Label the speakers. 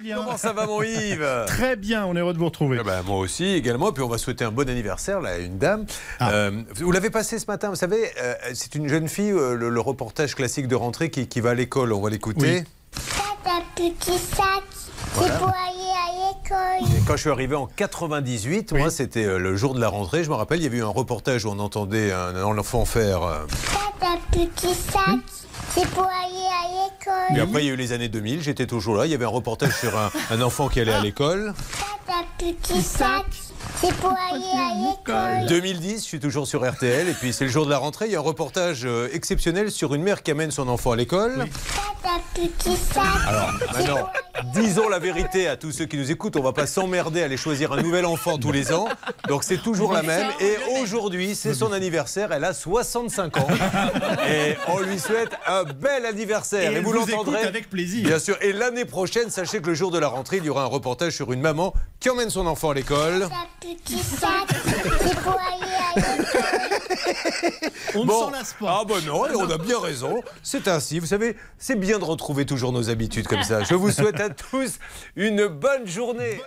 Speaker 1: bien.
Speaker 2: Comment ça va, mon Yves
Speaker 1: Très bien, on est heureux de vous retrouver.
Speaker 2: Eh ben, Moi aussi, également. Puis on va souhaiter un bon anniversaire là, à une dame.
Speaker 1: Ah.
Speaker 2: Euh, vous l'avez passé ce matin, vous savez, euh, c'est une jeune fille, euh, le, le reportage classique de rentrée qui, qui va à l'école. On va l'écouter.
Speaker 3: C'est un petit sac. C'est pour aller à l'école.
Speaker 2: Et Quand je suis arrivé en 98, moi, c'était euh, le jour de la rentrée. Je me rappelle, il y avait eu un reportage où on entendait un, un enfant faire. euh,
Speaker 3: C'est un petit sac. C'est pour aller à
Speaker 2: Et
Speaker 3: l'école.
Speaker 2: après, il y a eu les années 2000, j'étais toujours là. Il y avait un reportage sur un, un enfant qui allait à l'école.
Speaker 3: C'est un petit sac. C'est pour aller à l'école.
Speaker 2: 2010, je suis toujours sur RTL. Et puis, c'est le jour de la rentrée. Il y a un reportage euh, exceptionnel sur une mère qui amène son enfant à l'école.
Speaker 3: C'est un petit sac.
Speaker 2: Alors, maintenant, disons la vérité à tous ceux qui nous écoutent. On va pas s'emmerder à aller choisir un nouvel enfant tous les ans. Donc, c'est toujours la même. Et aujourd'hui, c'est son anniversaire. Elle a 65 ans. Et on lui souhaite un bel anniversaire.
Speaker 1: Et
Speaker 2: Et,
Speaker 1: elle
Speaker 2: vous,
Speaker 1: vous écoute
Speaker 2: l'entendrez.
Speaker 1: avec plaisir.
Speaker 2: Bien sûr. Et l'année prochaine, sachez que le jour de la rentrée, il y aura un reportage sur une maman qui emmène son enfant à l'école.
Speaker 3: C'est un petit sac. C'est pour aller à l'école.
Speaker 2: Bon.
Speaker 1: On ne s'en lasse pas.
Speaker 2: Ah bah non, et on a bien raison. C'est ainsi, vous savez, c'est bien de retrouver toujours nos habitudes comme ça. Je vous souhaite à tous une bonne journée.